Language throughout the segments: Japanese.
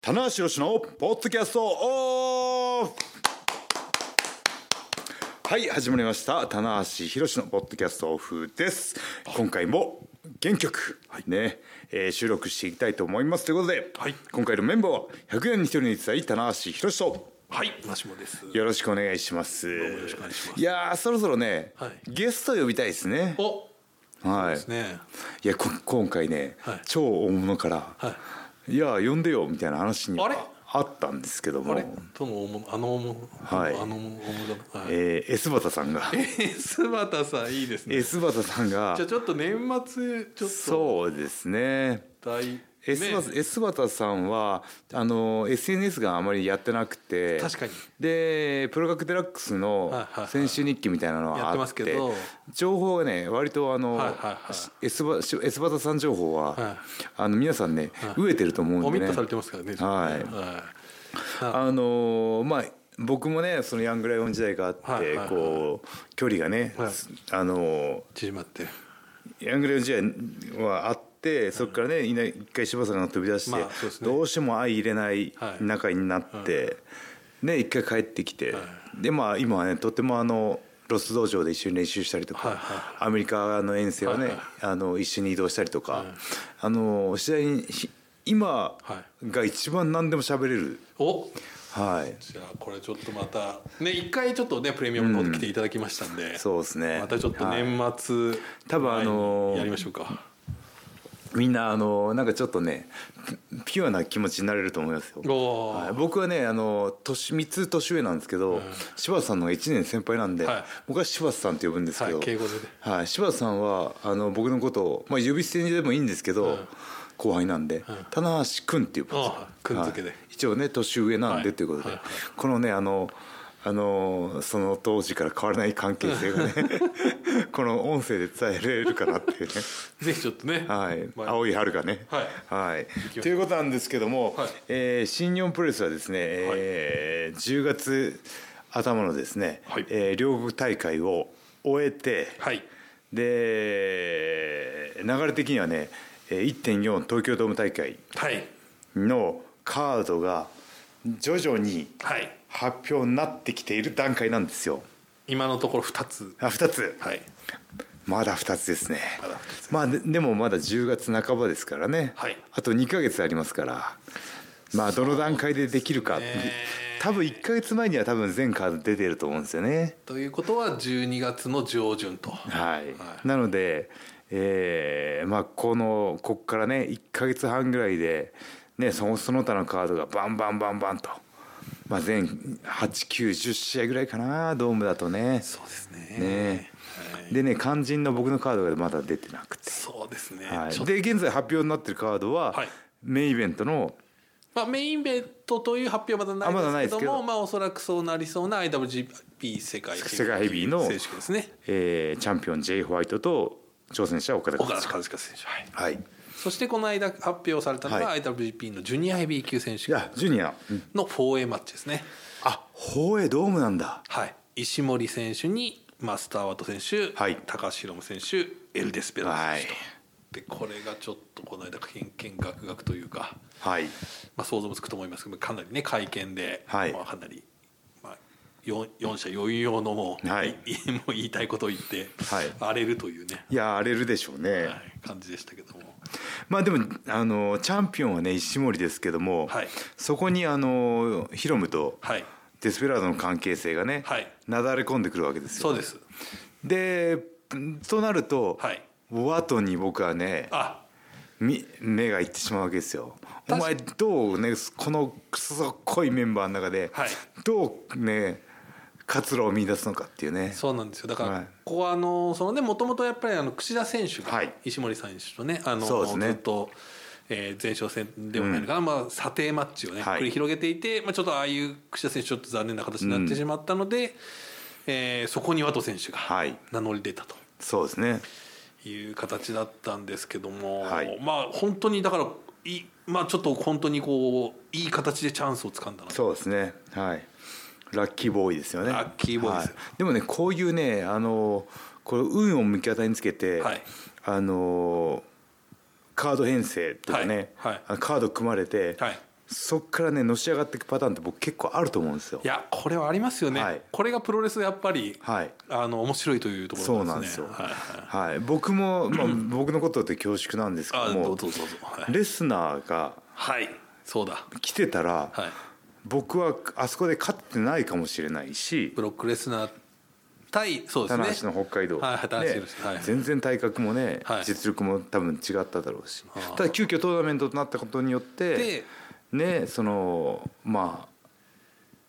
棚橋宏のポッドキャストオフはい始まりました棚橋宏のポッドキャストオフです今回も原曲、ね、えー収録していきたいと思いますということで、はい今回のメンバーは100年に1人に伝え棚橋宏とはい、マシモです。よろしくお願いしますもよろしくお願いしますいやーそろそろね、はいゲスト呼びたいですねお、はいですね。いやこ今回ね、はい超大物から、、はいや呼んでよみたいな話にあれあったんですけどあもれ、ともおも、あのおも、はいあのおも、おもだ。はい。えー、S バタさんが え、スバタさん、いいですね。 S バタさんがじゃ、ちょっと年末、ちょっと。そうですね大。 S バタね S バタさんはあの SNS があまりやってなくて確かにでプロ学デラックスはいのはいは選い手日記みたいなのはあって,、やってますけど情報がね割とあの、はいはいはいし S バ S バタさん情報は、はいあの皆さんね、飢えてると思うんでねおみっとされてますからね。はいあのーまあ僕もねそのヤングライオン時代があって、はいはいはいこう距離がね、はいあのい。縮まって。ーヤングライオン時代はあってそこからねいない一回柴田が飛び出して、まあそうですねどうしても相入れないはい仲になって、ね一回帰ってきて、はでまあ今はねとてもあのロス道場で一緒に練習したりとか、はいはアメリカの遠征をね、はいはいあの一緒に移動したりとか、あのー次第にひ今はが一番何でも喋れる。お。はいじゃあこれちょっとまたね一回ちょっとねプレミアムの方で来ていただきましたんで、そうですねまたちょっとはい年末多分あのーやりましょうかみんなあのなんかちょっとねピピュアな気持ちになれると思いますよ、おーはい僕はねあの年3つ年上なんですけど、柴田さんの1年先輩なんで、はい僕は柴田さんって呼ぶんですけど、はい敬語でねはい柴田さんはあの僕のことを、まあ、呼び捨てでもいいんですけど、後輩なんで、棚橋君っていうああ君付けではい一応ね年上なんはでいということで、はいはいこのねあのあのその当時から変わらない関係性が ねこの音声で伝えられるかなっていうねぜひちょっとねはい、まあ青い春がね。はいはいということなんですけども、はいえー新日本プロレスはですね、えー10月頭のですね、はいえー両国大会を終えて、はいで流れ的にはねえー1.4東京ドーム大会はいのカードが徐々にはい発表になってきている段階なんですよ。今のところ2つあ2つ、はいまだ2つですねまだまあででもまだ10月半ばですからね、はいあと2ヶ月ありますからまあどの段階でできるか、多分1ヶ月前には多分全カード出てると思うんですよねということは12月の上旬とはい、はいなのでえーまあこのこっからね1ヶ月半ぐらいでねそのその他のカードがバンバンバンバンと。まあ、全8910試合ぐらいかなドームだとねそうですねねはい、でね肝心の僕のカードがまだ出てなくてそうですね、はちょい、っとで現在発表になってるカードは、はいメインイベントのまあ、メインイベントという発表はまだないあまだないでですけすけどもどまあ、おそらくそうなりそうな IWGP 世界ヘビー世界ヘビーの選手権ですねえーチャンピオン J. ホワイトと挑戦者岡田岡和田親和親選手、はい、はいいそしてこの間発表されたのがは IWGP のジュニアヘビー級選手権やジュニア、うんの 4A マッチですね、あ宝永ドームなんだはい、石森選手にマスターワト選手、はい高橋宏夢選手エル・デスペラーズ選手と、はでこれがちょっとこの間偏見ガクガクというか、はいまあ、想像もつくと思いますけどかなりね会見で、はいまあ、かなり、まあ、4, 四者4用のもう,、はいもう言いた いことを言って、はい荒れるというね、いや荒れるでしょうね、はい、感じでしたけどもまあでもあのチャンピオンはね石森ですけども、はいそこにあのヒロムとはいデスペラードの関係性がね、はいなだれ込んでくるわけですよそうですでとなると、はいワトに僕はねあみ目がいってしまうわけですよ。お確か前どうねこのクソっこいメンバーの中で、はいどうね活路を見出すのかっていうねそうなんですよだから、はいここはあのそのねもともとやっぱりあの櫛田選手が、はい石森選手とねあのそうですねずっと、えー前哨戦ではないのかな、まあ、査定マッチをね、はい繰り広げていて、まあ、ちょっとああいう櫛田選手ちょっと残念な形になってしまったので、えーそこにワト選手がはい名乗り出たと。そうですねいう形だったんですけども、はいまあ本当にだからいまあちょっと本当にこういい形でチャンスをつかんだなそうですねはいラッキーボーイですよねラッキーボーイですはいでもねこういうねあのこれ運を味方につけて、はいあのカード編成とかね、はいはいあのカード組まれて、はいそっからねのし上がっていくパターンって僕結構あると思うんですよいやこれはありますよね、はいこれがプロレスやっぱり、はいあの面白いというとこそうろななんんでですすねよはいはいはい僕も まあ僕のことって恐縮なんですけあどどうもぞどうぞはい、レスナーがはい、そうだ来てたらはい僕はあそこで勝ってないかもしれないしブロックレスナー対そうです棚ね橋の北海道、はいはい棚橋ねですはい全然体格もね、はい実力も多分違っただろうしあーただ急遽トーナメントとなったことによってでねそのまあ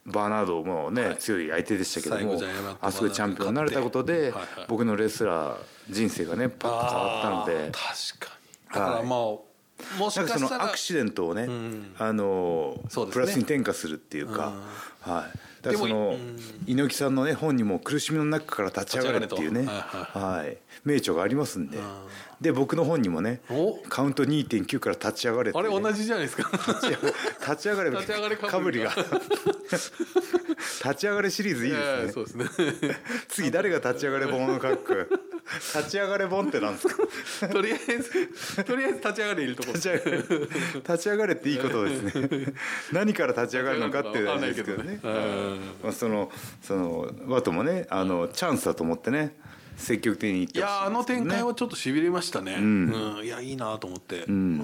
バーナードもね、はい強い相手でしたけど最後もジャイアントバーナードあそこでチャンピオンになれたことで、勝ってはいはい僕のレスラー人生がねパッと変わったのであー確かにだからまあ、もしなんかかそしたのアらクシデントをね、んあのそうですプねラスに転嫁するっていうか、はい、だからそでものうん猪木さんのね本にも苦しみの中から立ち上がれっていうね、立ち上がれはい、名著がありますんで、で僕の本にもねおカウント2.9から立ち上がれってあいうね、れ同じじゃないですか 立ち上がれ立ち上がれかかぶぶりりがが立ち上がれシリーズいいですね え、えそうですね次誰が立ち上がれ本を書く立ち上がれ本ってなんですかとりあえず とりあえず立ち上がれいるところ立ち上がれ 立ち上がれっていいことです ね何から立ち上がるのかっていうのわかはんないでけすけどどねねうんまあ、そのそのワトもねあのチャンスだと思ってね積極的にいっいてほしやーあいんですけどねの展開はちょっとしびれましたね、うんいやいいなと思って、うん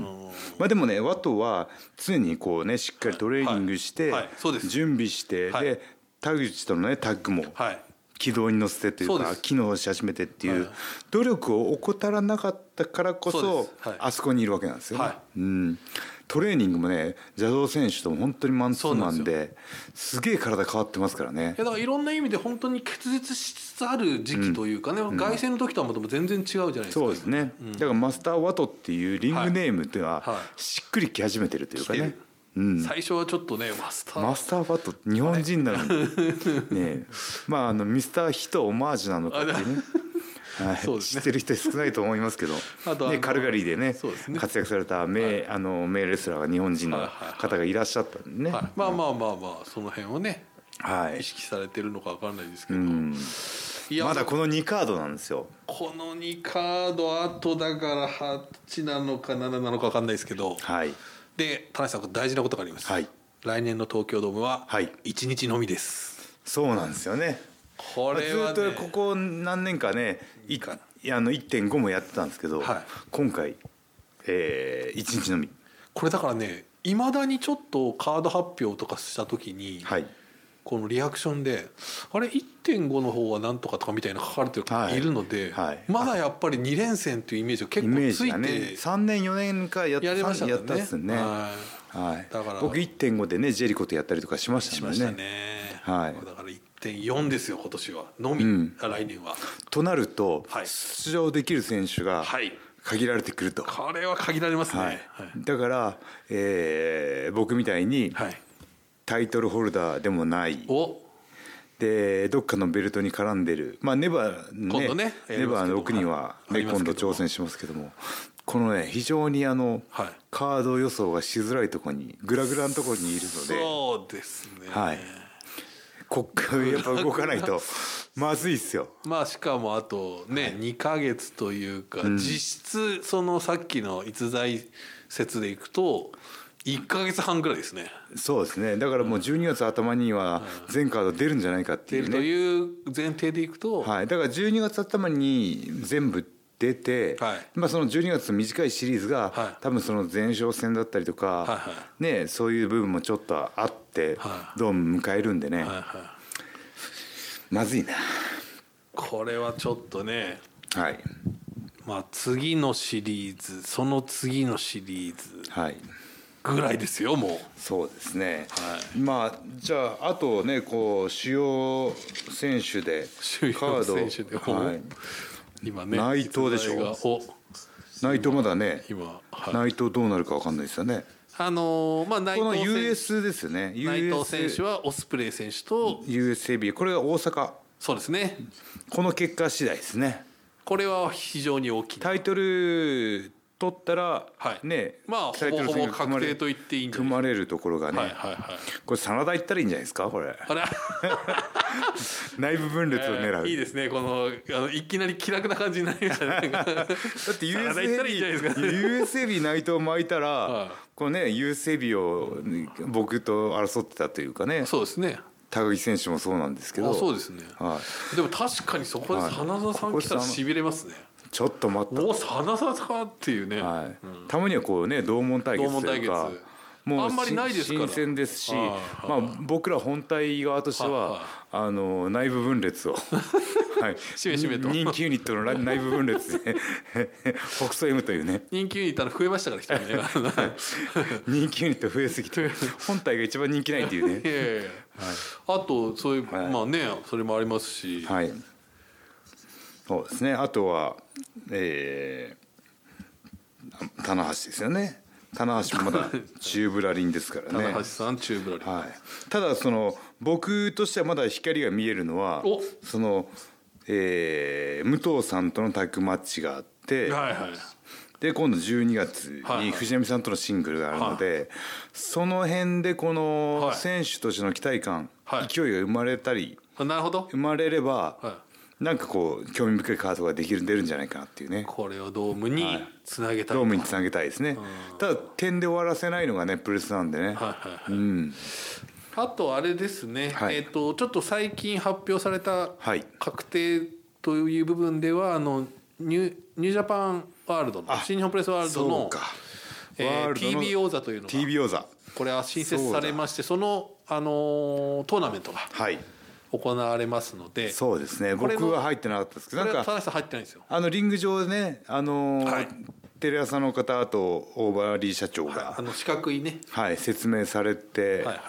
まあ、でもねワトは常にこうねしっかりトレーニングして、はいはいそうです準備して、はいで田口とのねタッグもはい軌道に乗せてといそううでかす機能し始めてっていうはい努力を怠らなかったからこそそうですはいあそこにいるわけなんですよね、はうん、トレーニングもね邪道選手とも本当にマンツーマンですげえ体変わってますからねいやだからいろんな意味で本当に結実しつつある時期というかね、凱旋の時とはまた全然違うじゃないですかそうですね、だからマスター・ワトっていうリングネームっていうのははいはいしっくりき始めてるというかね、来てる最初はちょっとねマスター、マスター・ワト日本人なの にねえまああのミスター・ヒトオマージュなのかっていうねはい、そうです知ねってる人少ないと思いますけど あとあのね、カルガリーでねそうですね活躍された名,、あの名レスラーが日本人の方がいらっしゃったんでね、はい、まあまあまあまあその辺をねはい意識されてるのかわかんないですけうど、んいやまだこの2カードなんですよこの2カードあとだから8なのか7なのかわかんないですけどはいで田中さん大事なことがあります、はい来年の東京ドームははい1日のみです、そうなんですよねこれは、ね、ずっとここ何年かねいいやあの1.5もやってたんですけど、はい今回、え1日のみこれだからねいまだにちょっとカード発表とかした時に、はいこのリアクションであれ1.5の方はなんとかとかみたいな書かれてる方はいいるので、はいまだやっぱり2連戦というイメージが結イ構メーつジいがねて3年4年かやっやれましたやったねんですよねははいだから僕1.5でねジェリコとやったりとかしましい、したもまんしたねねはいだから1.4ですよ今年はのみ、うんあ来年はとなると、はい出場できる選手がはい限られてくると、はこれは限られますいねはい、だから、えー僕みたいにはいタイトルホルダーでもないおでどっかのベルトに絡んでる、まあ、ネバー、ね今度ねネバーの6人は、はねい今度挑戦しますけどもこのね非常にあの、はいカード予想がしづらいところにグラグラのところにいるので。そうですね、はい。こっからやっぱ動かない とまずいっすよ。まあしかもあとね、二2か月というか、実質そのさっきの逸材説でいくと1か月半ぐらいですね。そうですね。だからもう12月頭には全カード出るんじゃないかって出いうるとね。いう前提でいくと、はい。だから12月頭に全部出て、はいまあその12月の短いシリーズが、はい多分その前哨戦だったりとか、いはねそういう部分もちょっとあって、はドーム迎えるんでね、はいはまずいな。いこれはちょっとね、はいまあ、次のシリーズその次のシリーズはい。ぐらいですよもそうですね、はまあじゃああとねこう主要選手で主要カード選手ではい、う今ね内藤でしょ逸材がお内藤まだね今、はい、内藤どうなるかわかんないですよねあのーまあ内この藤選手 US ですよね内藤選手ははオスプレイ選手と US ヘビーこれが大阪そうですねこの結果次第ですねこれは非常に大きなタイトル取ったら、はいねまあタイトルほぼ戦がほぼ組まれ確定と言っていいんじゃない組まれるところがね、はいはいはいこれ真田行ったらいいんじゃないですかこれ あれ内部分裂を狙う、いいですねこのあのいきなり気楽な感じになりました ねだって真田行ったらいいんじゃないですか USAB 内藤巻いたら、はいこのね USAB を僕と争ってたというかねそうですね高木選手もそうなんですけどあそうですねはでも確かにそこではい花澤さん来たらしびれますねい、ちょっと待ったおお花澤さんっていうね、はいたまにはこうね同門対決という同か門対決もうあんまりないですから新鮮ですし、はいまあ、僕ら本体側としては、はいはいあの内部分 裂を、はい、しめしめと人気ユニット の内部分裂で北総 M というね人気ユニットの増えましたから一 人 ね人気ユニット増えすぎて本体が一番人気ないっていういね、やいやいやあとそういう、はいまあねそれもありますし、はい、そうですねあとはえー、棚橋ですよね棚橋もま だ中ぶらりんですからね棚橋さんチューブラリー、はい、ただその僕としてはまだ光が見えるのはおその、えー武藤さんとのタッグマッチがあって、はいはいで今度12月はいはいに藤波さんとのシングルがあるので、その辺でこのはい選手としての期待感、はい勢いが生まれたりあなるほど生まれれば、はなんかこう興味深いカードができる出るんじゃないかなっていうね。これをドームにつなげたいドームにつなげたいですね。ただ点で終わらせないのがねプレスなんでね。はいはいはいあとあれですね、はいえっ、とちょっと最近発表されたはい確定という部分ではあのニュニュージャパンワールドの新日本プレスワールドそのうか。えーワールドの TB 王座というのが TBO 座これは新設されましてその、あのートーナメントがはい行われますのでそそうですねこれの僕は入ってなかったですけどれなはんか田中さん入ってないんですよあのリング上でねあのーはいテレ朝の方と大ーリー社長が、はあいの四角いね説明されて、はいはい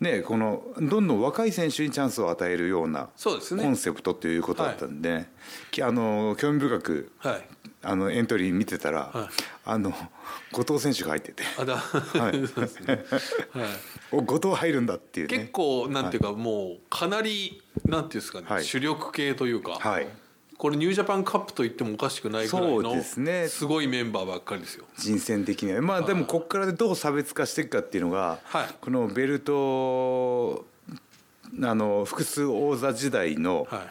ね、このどんどん若い選手にチャンスを与えるようなそうですねコンセプトということだったんでね、きあのー興味深くはいあのエントリー見てたら、はいあの後藤選手が入っててあだ、はい そうですねはいお後藤入るんだっていうね結構なんていうかもうかなりなんていうんですかね、はい主力系というか、はいこれニュージャパンカップと言ってもおかしくないぐらいそうのですねすごいメンバーばっかりですよ。人選的にはまあでもここからでどう差別化していくかっていうのが、はいこのベルトあの複数王座時代の,、は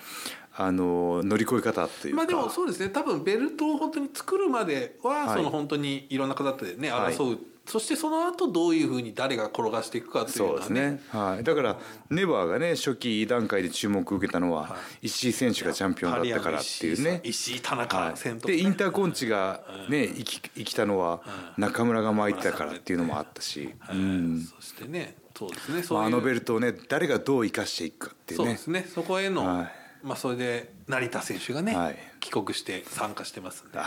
あの乗り越え方といい、うか、まあでもそうですね多分ベルトを本当に作るまでははいその本当にいろんな形でねはい争う、そしてその後どういうふうに誰が転がしていくかっていうのそうはでねすね、はい、だからネバーがね初期段階で注目を受けたのは、石井選手がチャンピオンだったからっていうねハリアン。石井さん石井田中戦とかでね、インターコンチがね生き生きたのは中村が巻いてたからっていうのもあったし、はいそしてねそうですねまそうあいうあのベルトをね誰がどう生かしていくかっていうそうでねすねそこへの、はいまあそれで成田選手がね、はい帰国して参加してますんで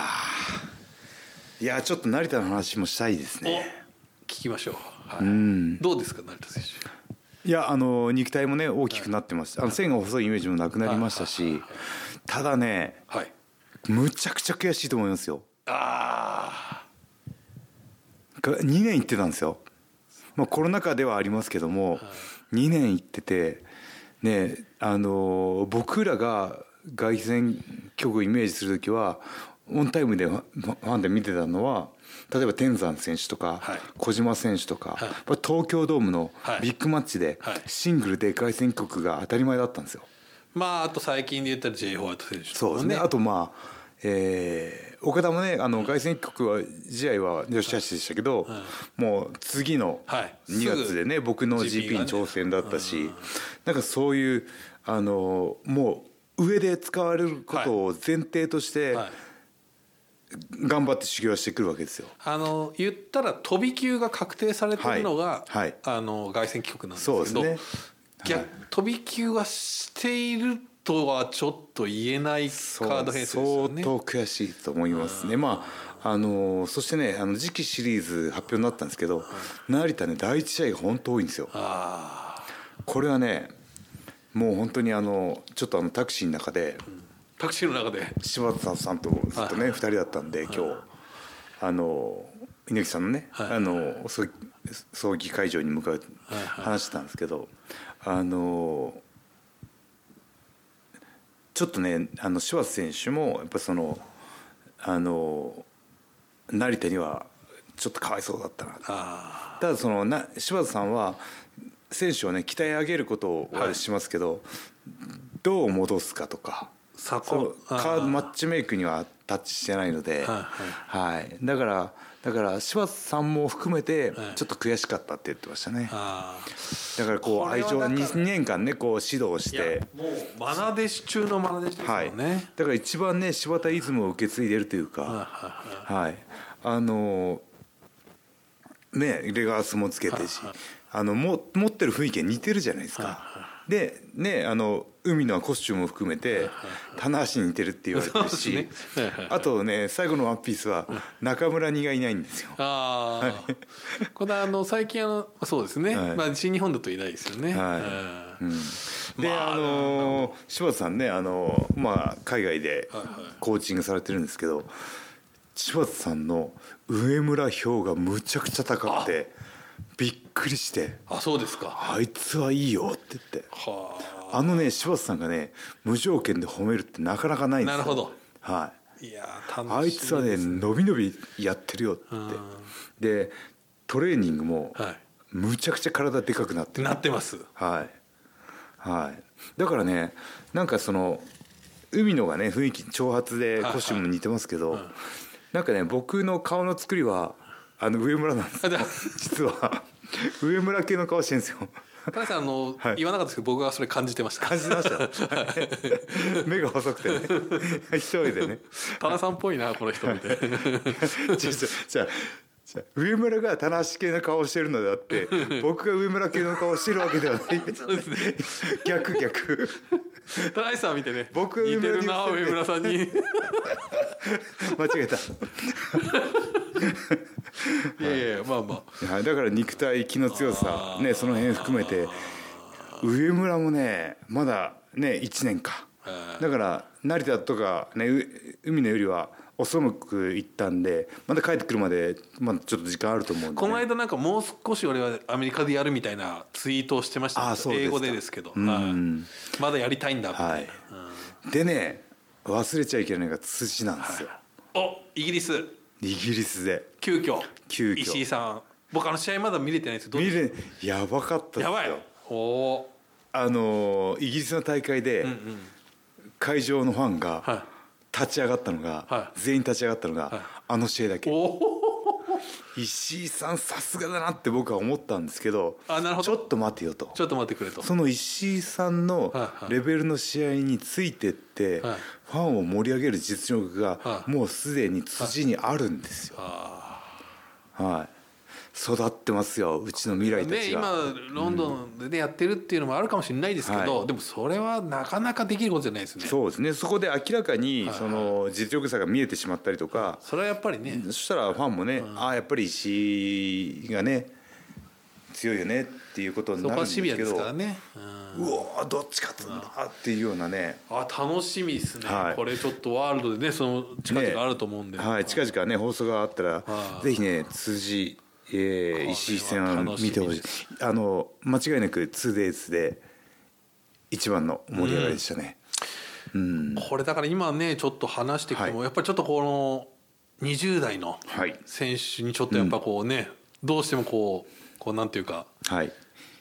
いやちょっと成田の話もしたいですお聞ねきましょう、はいどうですか成田選手いやあの肉体もね大きくなってましたあの線が細いイメージもなくなりましたしただねはいむちゃくちゃ悔しいと思いますよあ2年行ってたんですよ、まあ、コロナ禍ではありますけども2年行っててねあの僕らが凱旋曲をイメージする時はオンタイムでファファンで見てたのは例えば天山選手とかはい小島選手とか、はいやっぱ東京ドームのはいビッグマッチではいシングルで凱旋曲が当たり前だったんですよ。ーまああと最近で言ったら J ホワイト選手とかそうですね。あとまあ、えー岡田もねあの凱旋局は試合は吉橋でしたけど、もう次のはい2月でね、すぐ僕の GP が GP ねに挑戦だったし、なんかそういうあのもう上で使われることを前提としてはい頑張って修行してくるわけですよ。あの言ったら飛び級が確定されてるのが、はいはいあの凱旋帰国なんですけどそうです逆飛び級はしているとはちょっと言えないカそうード編成ですよね。相当悔しいと思いますね。まああのそしてねあの次期シリーズ発表になったんですけど、成田ね第一試合が本当多いんですよ。あーこれはねもう本当にあのちょっとあのタクシーの中でタクシーの中で柴田さんとずっとね2人だったんで今日あの猪木さんのねはいあの葬儀葬儀会場に向かうはい話してたんですけどあのちょっとねあの柴田選手もやっぱそのあの成田にはちょっとかわいそうだったなあただそのな柴田さんは選手をね鍛え上げることをはいしますけど、どう戻すかとかーそそのこカードマッチメイクにはタッチしてないので、ははい、だからだから柴田さんも含めてはいちょっと悔しかったって言ってましたね、あーだからここうれ愛は情だから2年間ねこう指導しいやて。もうマナ弟子中のマナ弟子ですはいもんね、だから一番ね柴田イズムを受け継いでるというか、はいはいはい、あのねレガースもつけてし、あのも持ってる雰囲気が似てるじゃないですか。でねあの海のコスチュームも含めて棚橋に似てるって言われてるし、そうですねはいはいはいあとね最後のワンピースは中村にがいないんですよ。ああ、これはあの最近あのそうですね、はいまあ新日本だといないですよね、はうんで、まああ、のー柴田さんね、あのーまあ、海外ではいはいコーチングされてるんですけど柴田さんの上村氷がむちゃくちゃ高くてびっくりしてあそうで「すかあいつはいいよ」って言ってはあのね柴田さんがね無条件で褒めるってなかなかないんですよなるほどはいあいやーあ楽いしみつはね伸び伸びやってるよって言ってでトレーニングもはむちゃくちゃ体でかくなっているなってますはいはい、だからねなんかその海野がね雰囲気長髪ではいコシも似てますけど、なんかね僕の顔の作りはあの上村なんですあで 実は上村系の顔してるんですよ田中さんあの、はい言わなかったですけど僕はそれ感じてました感じましたはい目が細くてね一人でね田中さんっぽいなこの人み たいなじゃあじゃあじゃあ上村が棚橋系の顔してるのであって僕が上村系の顔してるわけではない逆逆田中さん見てね僕は似てるな上村上村さ んに間違えたいやいやまあまあはい、だから肉体気の強さ、ね、その辺含めて上村もねまだね1年かはいだから成田とか、ね、う海のよりは遅く行ったんでまだ帰ってくるまでまだちょっと時間あると思うんでね、この間なんかもう少し俺はアメリカでやるみたいなツイートをしてましたあそうですか英語でですけど、んはい、まだやりたいんだみたいな、でね忘れちゃいけないのが辻なんですよ、うんおイギリスイギリスで急遽急遽石井さん僕あの試合まだ見れてないですけどどう見でれやばかったですよやばいおおあのーイギリスの大会で、会場のファンが、は立ち上がったのが、はい全員立ち上がったのが、いあの試合だいけおお石井さんさすがだなって僕は思ったんですけどあなるほどちょっと待てよとちょっと待ってくれとその石井さんのはいはいレベルの試合についてって、はいファンを盛り上げる実力がはいもうすでに辻にあるんですよ。はい、育ってますようちの未来たねちが。今ロンドンでねやってるっていうのもあるかもしれないですけど、はいでもそれはなかなかできることじゃないですねそそうですねそこで明らかにその実力差が見えてしまったりとか、れはやっぱりね、そしたらファンもね、ああやっぱり石井がね強いよねっていうことにそなるんこはですシビアけですどからね、うんうおーどっち勝つんだっていうようなね、あ楽しみですね、はいこれちょっとワールドでねその近々あると思うんで、はい、近々ね放送があったらはいぜひね辻、えー、石井戦は見てほしい楽あの間違いなく 2days で一番の盛り上がりでしたね、これだから今ねちょっと話してきても、はやっぱりちょっとこの20代のはい選手にちょっとやっぱこうね、どうしてもこうこうなんていうかはい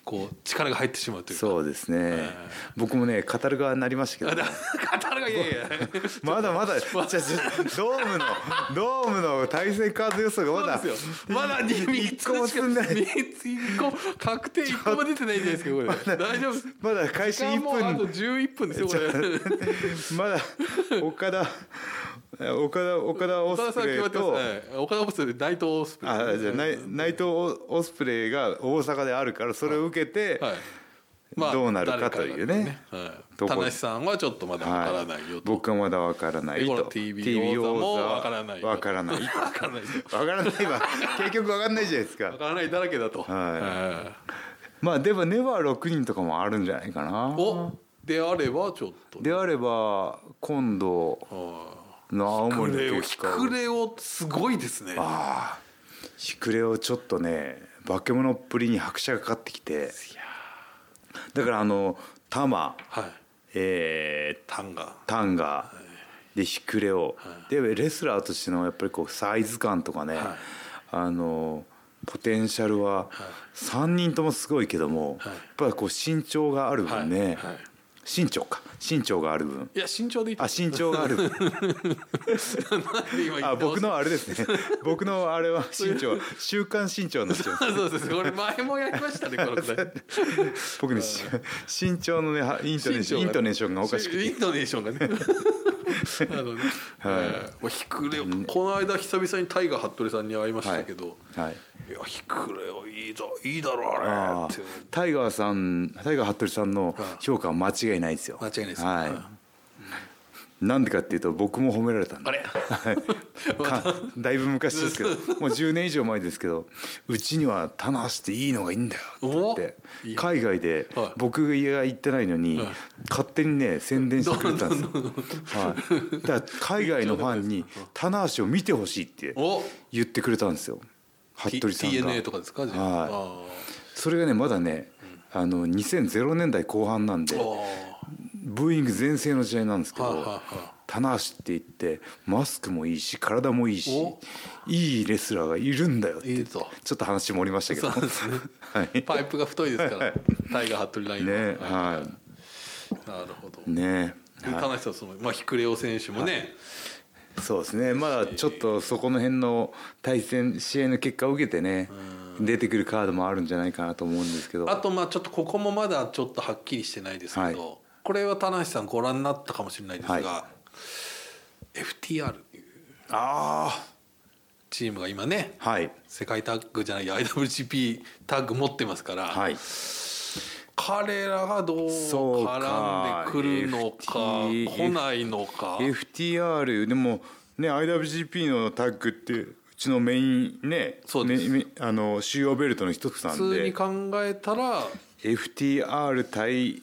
こう力が入ってしまうと いうか。そうですね、僕もね語る側になりましたけど、あねだ、カタールがいやいやまだまだ、じゃじゃドームの、ドームの対戦カード予想がまだそう。ですよまだ2 3つ一個も進んでない3つ一個確定1個も出てないじゃないですかこれ大丈夫ですまだ開始時間1もうあと分、 11分ですよこれ まだ岡田、岡田、岡田オ岡田スさんプレ決まイってますと、ね岡田オプスで大東オスプレイあ、じゃあ内内藤オスプレイが大阪であるから、それを受けて、はいどうなるかというね誰かがねはいどこ田無さんはちょっとまだわからないよはいと、僕はまだわからない。でことの TV 王座もわからないわからない。わからないわからないわ。結局わかんないじゃないですわか。からないだらけだと、はまあでもネバー6人とかもあるんじゃないかな。いおであればちょっとであれば今度の青ク森レのオ結ヒ果クレオすごいですねああひくれをちょっとね化け物っぷりに拍車がかかってきてだからあのタマ、はいえタンガータンガ、でひくれを、でレスラーとしてのやっぱりこうサイズ感とかね、あのポテンシャルは3人ともすごいけども、はやいっぱりこう身長がある分ね、はいはい身長か身長がある分いや身長でいいとあ思身長がある分うなんで今言あって僕のあれですね僕のあれは身長週刊身長になっちゃうあ そうですこれ前もやりまし たねこのくらい僕ねし身長のねはイントネーションイントネーションがおかしくてイントネーション がねあのねえーもうひくれをこの間久々にタイガー服部さんに会いましたけど、はいい、やひくれはいいぞいいだろああれってータイガーさんタイガー服部さんの評価は間違いないですよ間違いないですはうんいなんでかっていうと僕も褒められたんあでれかだいぶ昔です けどもう10年以上前ですけどうちには棚橋っていいのがいいんだよ おって言って海外ではい僕が行ってないのに勝手にね宣伝してくれたんですよ、はい、だから海外のファン に棚橋を見てほしいってお言ってくれたんですよ服 T- 部さんが TNA とかですかじゃあはいあそれがねまだねあの2000年代後半なんでーブーイング全盛の時代なんですけあーはいはいどは棚橋って言ってマスクもいいし体もいいしおいいレスラーがいるんだよっいいていぞ ちょっと話盛りましたけどそうですねはいいパイプが太いですからタイガー服部ラインはねはなるほどいねで田は中さんそのまあひくれお選手もねいそうですねまだちょっとそこの辺の対戦試合の結果を受けてね出てくるカードもあるんじゃないかなと思うんですけどあとまあちょっとここもまだちょっとはっきりしてないですけど、はいこれは田無さんご覧になったかもしれないですが、は FTR っていうあチームが今ねあはい世界タッグじゃない IWGP タッグ持ってますから、はい彼らがどうそうか絡んでくるのか FT 来ないのか FTR でもね IWGP のタッグってうちのメインねそうですめめあの主要ベルトの一つな普ん通にで考えたら FTR 対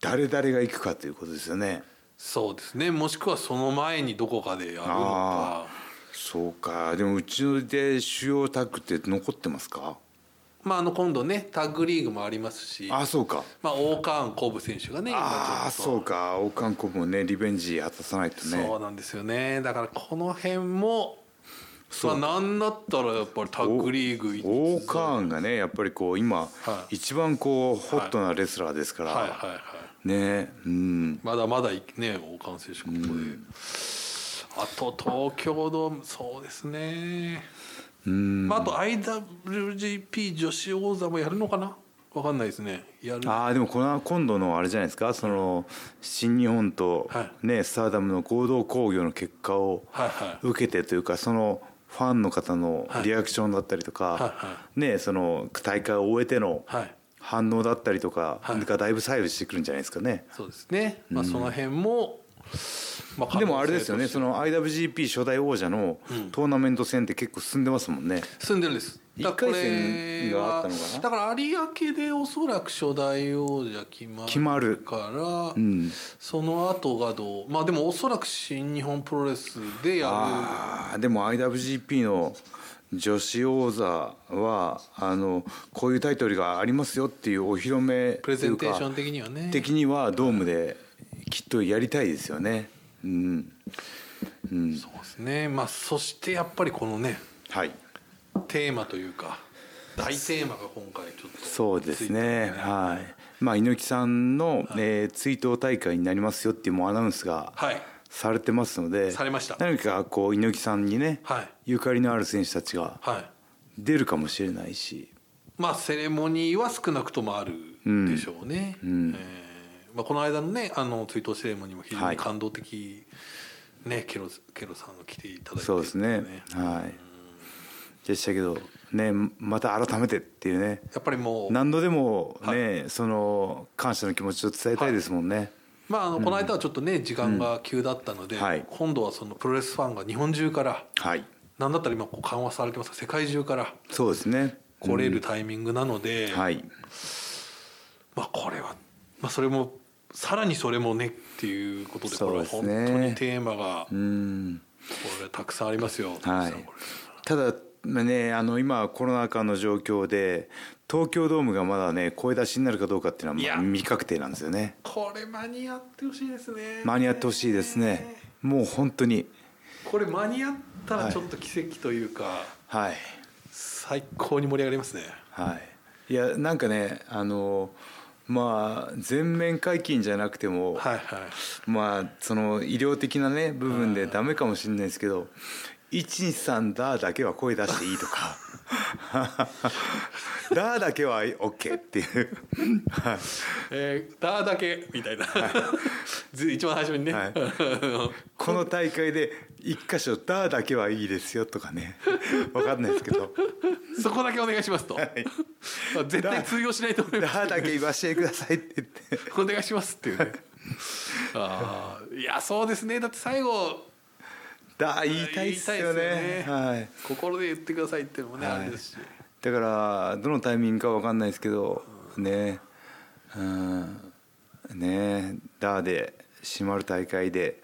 誰々が行くかということですよねそうですねもしくはその前にどこかでやるのかそうかでもうちので主要タッグって残ってますかまああの今度ねタッグリーグもありますしあそうかまあ、王冠コブ選手がね今ああちょっとそうか王冠コブもねリベンジ果たさないとねそうなんですよねだからこの辺もまあなんだったらやっぱりタッグリーグ行王冠がねやっぱりこう今、はい一番こうホットなレスラーですから、はいはいはいねうんまだまだいね王冠選手ここで、あと東京ドームそうですねうんまあ、あと IWGP 女子王座もやるのかなわかんないですねやるあーでもこの今度のあれじゃないですかその新日本と、はいねスターダムの合同興行の結果をはいはい受けてというかそのファンの方のリアクションだったりとか、はね、その大会を終えてのはい反応だったりとかはいがだいぶ左右してくるんじゃないですかね。そうですね、まあ、その辺も、まあ、でもあれですよね可能性としてその IWGP 初代王者のトーナメント戦って結構進んでますもんね。住んでるんですだからこれは一回戦があったのかなだから有明でおそらく初代王者決まる決まるから、んその後がどうまあでもおそらく新日本プロレスでやあーでも IWGP の女子王座はあのこういうタイトルがありますよっていうお披露目るプレゼンテーションという的にはかね的にはドームできっとやりたいですよね。うん、そうですねまあそしてやっぱりこのねはいテーマというか大テーマが今回ちょっとそうですねはいまあ猪木さんの、えー追悼大会になりますよっていうもうアナウンスがはいされてますのでされました何かこう猪木さんにね、はいゆかりのある選手たちがはい出るかもしれないしまあセレモニーは少なくともあるでしょうね。えーまあこの間のねあの追悼セレモニーも非常はにい感動的、ねケロケロさんが来ていただいて、そうですねはいでしたけどねまた改めてっていうねやっぱりもう何度でもね、その感謝の気持ちを伝えたいですもんね、まああのこの間はちょっとね時間が急だったので、うんはい今度はそのプロレスファンが日本中からはい何だったら今こう緩和されてますが世界中からそうですね来れるタイミングなので、はいまあこれはまあそれもさらにそれもねっていうことでこれはそ本うですね当にテーマがこうんれはたくさんありますよ。はいこれただまあねあの今コロナ禍の状況で東京ドームがまだね声出しになるかどうかっていうのはいまやあ未確定なんですよねこれ間に合ってほしいですね間に合ってほしいですねもう本当にこれ間に合ったらちょっと奇跡というか、はい最高に盛り上がりますねはいいやなんかねあのまあ全面解禁じゃなくても、はいはいまあその医療的なね部分でダメかもしれないですけど「123だ」だけは声出していいとか「だ」だけは OK っていうはいえー、だーだけみたいな、ず 一番最初にね、はいあこの大会で一箇所「だ」だけはいいですよとかね分かんないですけどのそこだけお願いしますと、はいまあ絶対通用しないと思「いますだ」だけ言わせてくださいって言ってお願いしますっていうねあーいやそうですねだって最後「だ」言いたいっすよ言いたいっねすよねはい。心で言ってくださいっていうのもね、はいあれですしだからどのタイミングかわかんないですけどねうんねダーで締まる大会で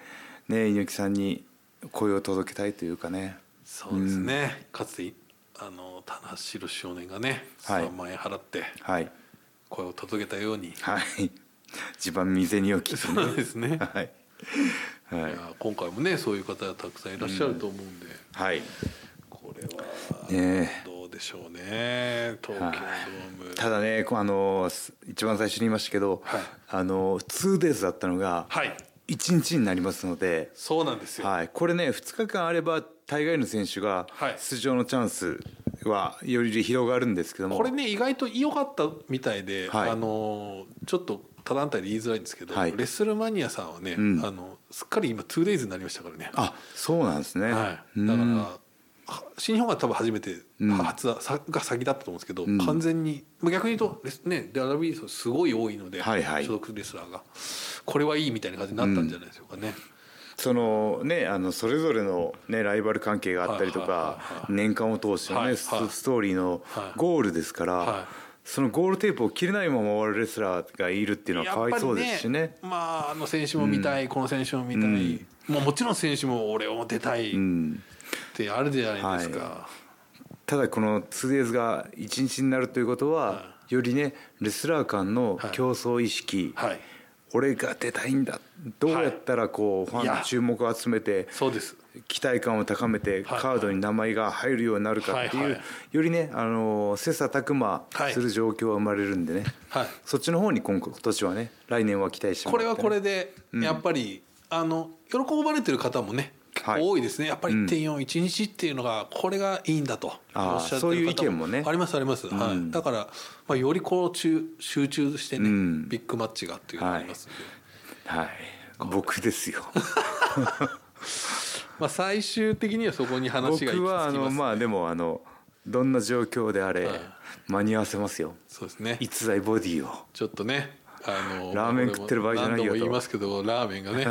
ね猪木さんに声を届けたいというかねそうですね、かつてあの田中宏少年がねはい3万円払ってはい声を届けたように、はい一番店に置きそうなんですね、はいはいいや今回もねそういう方がたくさんいらっしゃると思うんで、はいこれはねどうでしょうね東京ドームただねこうあのす一番最初に言いましたけど、はいあの 2days だったのがはい1日になりますので、そうなんですよ、はい、これね2日間あれば大概の選手がはい出場のチャンスはより広がるんですけどもこれね意外と良かったみたいで、はいあのーちょっと他団体で言いづらいんですけど、はいレッスルマニアさんはね、んあのすっかり今 2days になりましたからね、はあそうなんですね、い、だからうんは新日本が多分初めて、うん初ださが先だったと思うんですけど、ん完全にまあ逆に言うとレスね WB すごい多いので、はいはい所属レスラーがこれはいいみたいな感じになったんじゃないでしょうかね。そのねあのそれぞれの、ね、ライバル関係があったりとか、はいはいはいはい年間を通してのね、はいはいスストーリーのはいゴールですから、はいそのゴールテープを切れないまま終わるレスラーがいるっていうのはかわいそうですしやっねぱ。りまああの選手も見たい、この選手も見たい、うんもうもちろん選手も俺も出たいっうんてあるじゃないですか。はただこの 2days が1日になるということは、はよりねレスラー間の競争意識、はい、俺が出たいんだどうやったらこう、はいファンの注目を集めてそうです。期待感を高めてはいカードに名前が入るようになるかっていう、はいはいよりねあの切磋琢磨する状況が生まれるんでね、はい。そっちの方に今今年はね来年は期待してもこれらっはてね、これで、やっぱり、あの、喜ばれてる方もね。結はい構多いですね。やっぱり1.4、1日っていうのが、これがいいんだと。あーおっしゃってる方そういう意見もねあります、あります。はい。だから、まあ、よりこう、中集中してね、んビッグマッチがっていうのがありますんで。はい僕ですよまあ、最終的にはそこに話が行き着き僕はまあす。のまあでもあのどんな状況であれ、はい間に合わせますよそうですね。逸材ボディをちょっとね。あのラーメン食ってる場合じゃないよと何度も言いますけどラーメン がね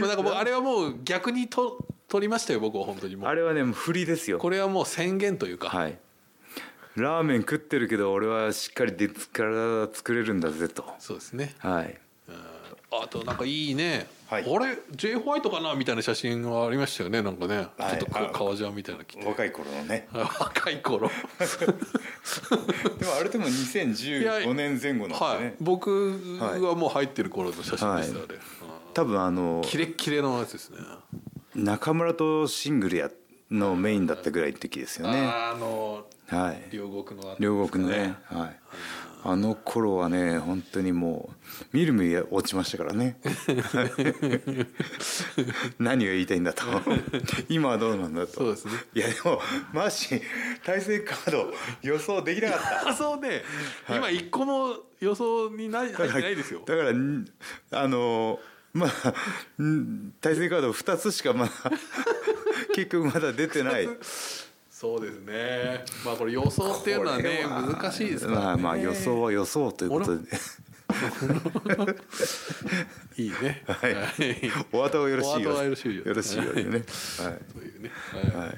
まあなんか僕あれはもう逆にと取りましたよ僕は本当にもうあれはねもう振りですよこれはもう宣言というか、はい、ラーメン食ってるけど俺はしっかりで体作れるんだぜと、そうですね、はい、うんあとなんかいいね、はいあれ J ホワイトかなみたいな写真がありましたよねなんかね、はいちょっとこあう革ジャンみたいなの着 て若い頃のね若い頃 でもあれでも2015年前後なんではねい、僕はもう入ってる頃の写真でした、はいあれ、うん多分あのキレッキレのやつですね中村とシングルやのメインだったぐらいの時ですよね、あーあのはい、両国のあの両国のね、はい、あの頃はね本当にもうみるみる落ちましたから ね何が言いたいんだと今はどうなんだとそうですね いやでもマーシー対戦カード予想できなかったあそうね、今一個も予想にない入ってないですよだからんあのまあん対戦カード2つしかまだ 結局まだ出てないそうですねまあこれ予想っていうのはこれねは難しいですからねまあまあ予想は予想ということでいいね。はいはいお後がよろしいよお後がよろしいよよろしいようにねはいというね。はい。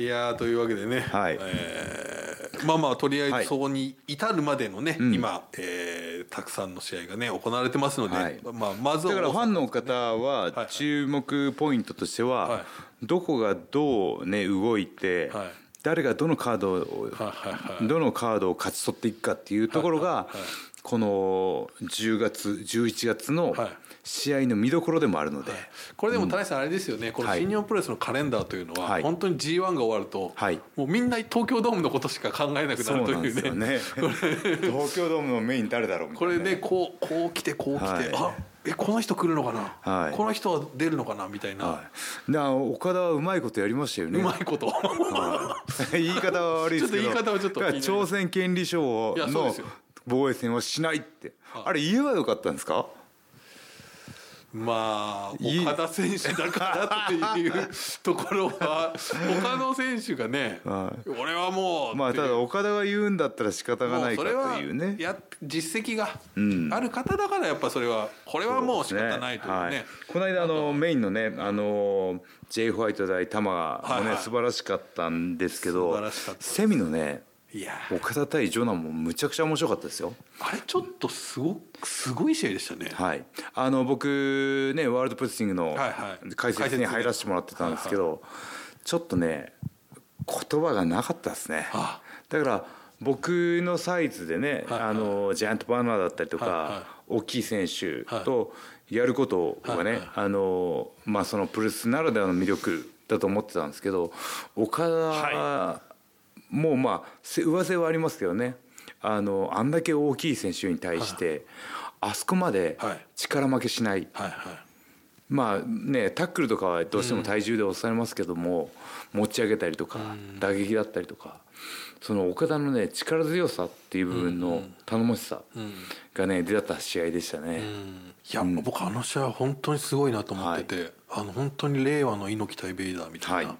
いやーというわけでね。はいえーまあまあとりあはえいずそこに至るまでのね、今、えーたくさんの試合がね行われてますので、はいまあまずはだからファンの方は注目ポイントとしては、はいどこがどうね動いて、はい誰がどのカードを、はいはいはいどのカードを勝ち取っていくかっていうところが、はいはいはいこの10月11月のはい試合の見どころでもあるので、これでも田中さんあれですよね、このはい新日本プロレスのカレンダーというのは、はい本当に G1 が終わると、はいもうみんな東京ドームのことしか考えなくなそるうとなんいですようねね東京ドームのメイン誰だろうみたこいなれねこうこう来てこう来て、はいあえこの人来るのかな、はいこの人は出るのかなみたいな、はい、な岡田はうまいことやりましたよねうまい こと。言い方は悪いですけどちょっと言い方はちょっと気になります朝鮮権利賞いやそうでのすよ防衛戦はしないってはいあれ言えばよかったんですかまあいい岡田選手だからっていうところは他の選手がね、は俺はもうまあってたいうだ岡田が言うんだったら仕方がないかというもうそれねはや実績がある方だからやっぱそれはこれはもう仕方ないというねはこの間あのメインのねあの J ホワイト対玉はがいね、はい素晴らしかったんですけど素晴らしかったセミのねい、や岡田対ジョナもむちゃくちゃ面白かったですよあれちょっとすごすごい試合でしたね、はい、あの僕ねワールドプレスリングのはいはい解説に入らせてもらってたんですけど、ちょっとね言葉がなかったですねあだから僕のサイズでね、はいはいあのジャイアントバーナーだったりとか、はいは大きい選手とやることがね、はいはいあのまあ、そのプロレスならではの魅力だと思ってたんですけど岡田はもうまあせ上背はありますけどねあのあんだけ大きい選手に対して、あそこまではい力負けしない、はいはまあねタックルとかはどうしても体重で抑えますけども、持ち上げたりとか、打撃だったりとかその岡田のね力強さっていう部分の頼もしさがね出た試合でしたね。い、うん、いや、僕あの試合は本当にすごいなと思ってて、あの本当に令和の猪木対ベイダーみたいな、はい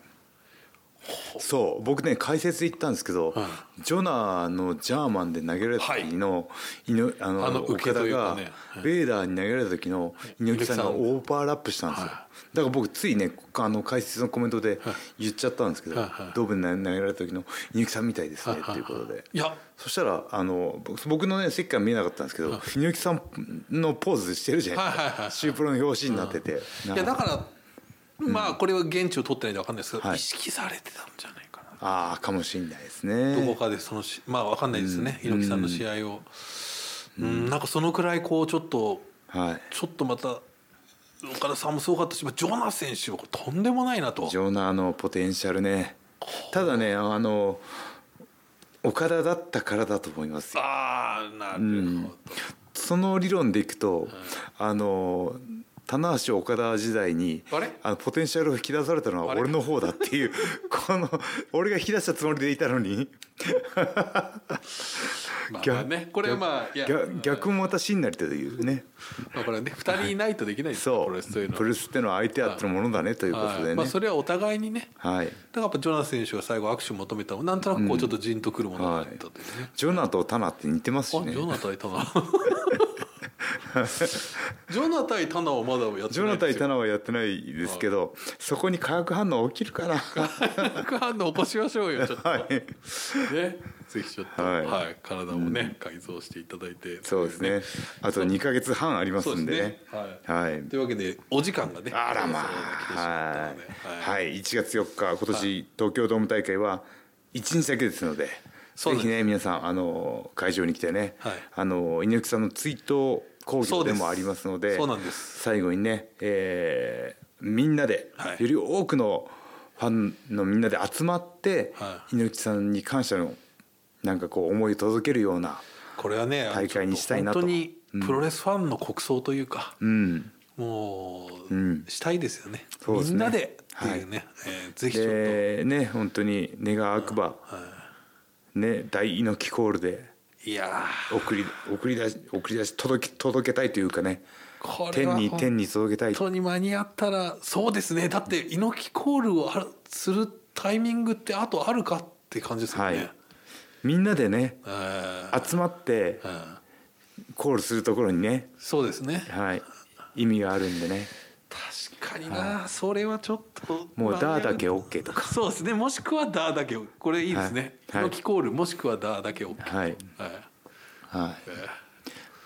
そう僕ね解説で言ったんですけど、はジョナのジャーマンで投げられた時の,、いのあのあの受け岡と田いうかが、ねはいベーダーに投げられた時の猪木さんが猪木さオーバーラップしたんですよ、はだから僕ついねあの解説のコメントで言っちゃったんですけど、はいはいドームに投げられた時の猪木さんみたいですねっていうことで。いやそしたらあの僕僕のね席から見えなかったんですけど猪木さんのポーズしてるじゃないはいではすいはかいシュープロの表紙になってていやだから、まあこれは現地を取ってないと分かんないですけど、はい意識されてたんじゃないかなああかもしれないですねどこかでそのしまあ分かんないですね、猪木さんの試合を、うん、なんかそのくらいこうちょっとはいちょっとまた岡田さんもすごかったしまあジョナ選手はとんでもないなとジョナーのポテンシャルねただねあの岡田だったからだと思いますよああなるほど、その理論でいくと、あの棚橋岡田時代にあれのポテンシャルを引き出されたのはあれ俺の方だっていう この俺が引き出したつもりでいたのにまあ逆まあねこれはまあいや逆逆もまた真なりというねまあこれはね二人いないとできないですそうプロレスというのはプロレスってのは相手あってのものだねということはでいねまあ、それはお互いにねはいだからやっぱジョナ選手が最後握手を求めたのもなんとなくこうちょっとジンとくるものがあったというね、ジョナとタナって似てますしあねジョナ対 タナジョナ対タナはまだやってジョないナで対すよタナはやってないですけどそこに化学反応起きるかな副反応起こしましょうよちょっと、はいねぜひちょっと、ははいい体もね、改造していただいてそうですね。あと2ヶ月半ありますんでね。そうですねはい。というわけでお時間がねあらまあ。来てしまったはのでい。はい。1月4日、今年東京ドーム大会は1日だけですので、そうぜですひね、皆さん、あの、会場に来てねはい、あの、猪木さんの追悼講義でもありますので、そうなんです最後にね、えーみんなではい、より多くのファンのみんなで集まっては、猪木さんに感謝の、なんかこう、思いを届けるような、これはね大会にしたいなと本当にプロレスファンの国葬というか、うん。もう、んしたいですよねそうですねみんなでっていうね、えーぜひちょっと、でね本当に願わくば、ね、大猪木コールでいや送り送り出し送り出し届け届けたいというかねーこれ天はに本天に届けたい当に間に合ったらそうですねだって猪木コールをあるするタイミングってあとあるかって感じですよはね、い、みんなでねえー集まってうんコールするところにね、そうですねはい、意味があるんでね確かにな、それはちょっともう「ダーだけを OK」とか そうですねもしくはダーだけをこれいいですねはい猪木、コールもしくはダーだけを、はいはいはえいー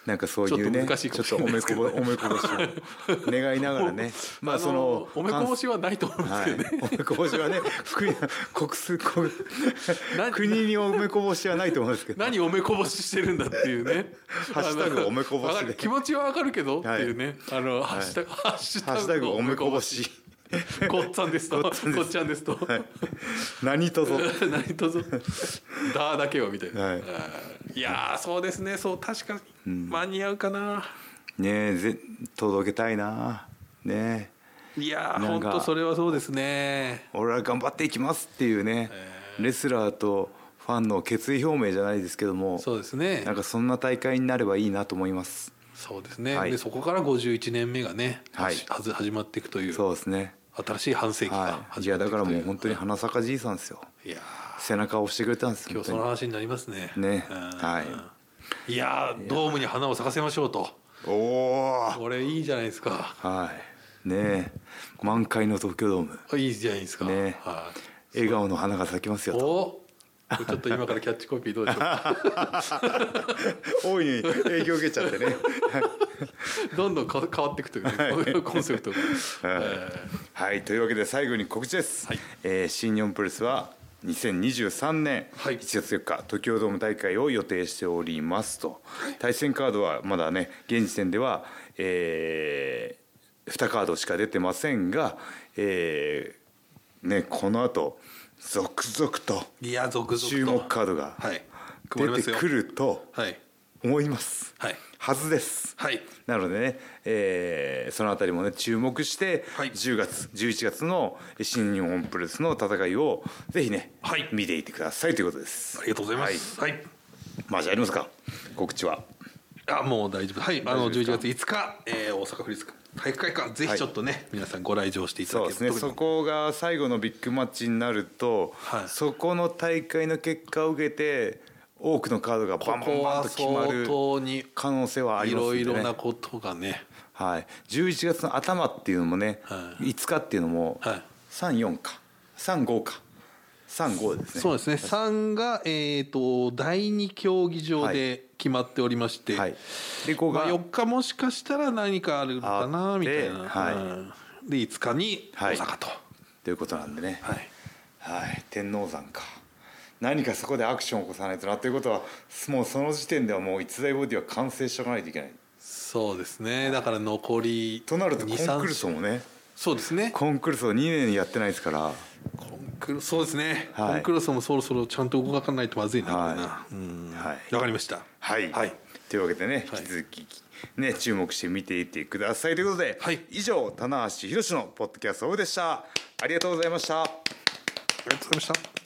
なんかそういうねちょっと難しいかもしれないですけどちょっとおめこぼしを願いながらねまあその おめこぼしはないと思うんですはけいどね、、おめこぼしはね国国数国な国におめこぼしはないと思うんですけど 何おめこぼししてるんだっていうねハッシュタグおめこぼしでわかる気持ちはわかるけどっていうね、あのハッシュタグ、ハッシ「ハッシュタュタググおめこぼしこっちゃんですとこっちゃんですと、何とぞ」 何とぞだーだけはみたいな、はいあーいやーそうですねそう確かに間に合うかな、ねえぜ届けたいなねいやーなほんんかとそれはそうですねえ俺は頑張っていきますっていうね、レスラーとファンの決意表明じゃないですけどもそうですねなんかそんな大会になればいいなと思いますそうですね、はいでそこから51年目がね、はいはず始まっていくというそうですね新しい半世紀がはいい始まやっていだくかというらもう本当に花咲かじいさんですよいやー背中を押してくれたんです今本当日そにの話になりますね。ねうん。はいいやードームに花を咲かせましょうと。おおこれいいじゃないですか。はいねえ満開の東京ドームいいじゃないですか。ねはい。笑顔の花が咲きますよとお。ちょっと今からキャッチコピーどうでしょう か大いに影響受けちゃってねどんどんか変わっていくというね、コンセプトが、え はいというわけで最後に告知です、はいえー新日本プロレスは2023年はい1月4日、東京ドーム大会を予定しておりますと対戦カードはまだね現時点では、え2カードしか出てませんが、えーね、この後続々とーいや続々と注目カードがはい配りま出すてよくるとはい思いますはいはずですはいなのでね、えーそのあたりもね注目して、はい10月11月の新日本プロレスの戦いをぜひね、はい見ていてくださいということですありがとうございますはい、まあじゃあありますか告知はあもう大丈夫はいあの大丈夫です11か月5日、えー、大阪府立体育会館ぜひちょっとね、皆さんご来場していただそうけでるすねとそこが最後のビッグマッチになると、はいそこの大会の結果を受けて多くのカードがバンバンバンと決まるここは相当に可能性はありいますんろで、ね、いろなことがねはい、11月の頭っていうのもね、はい5日っていうのも、はい34か35か35ですねそうですね3が、えー、と第2競技場で決まっておりまして、はい、でここまが、あ、4日もしかしたら何かあるのかあなってみたいな、はいうんで5日には大い阪と、ということなんでね、はいはい、天王山か何かそこでアクションを起こさないとなということはもうその時点ではもう逸材ボディは完成しておかないといけないそうですねだから残りとなるとコン2ク3ルーソもねそうですねコンクルーソ2年やってないですからコンクルそうですね、はいコンクルスもそろそろちゃんと動かないとまずいなはいこれなうんわ、はいかりましたはい、はいというわけでねは引いき続き、ね、注目して見ていてくださいということで、はい以上棚橋宏のポッドキャストオフでしたありがとうございましたありがとうございました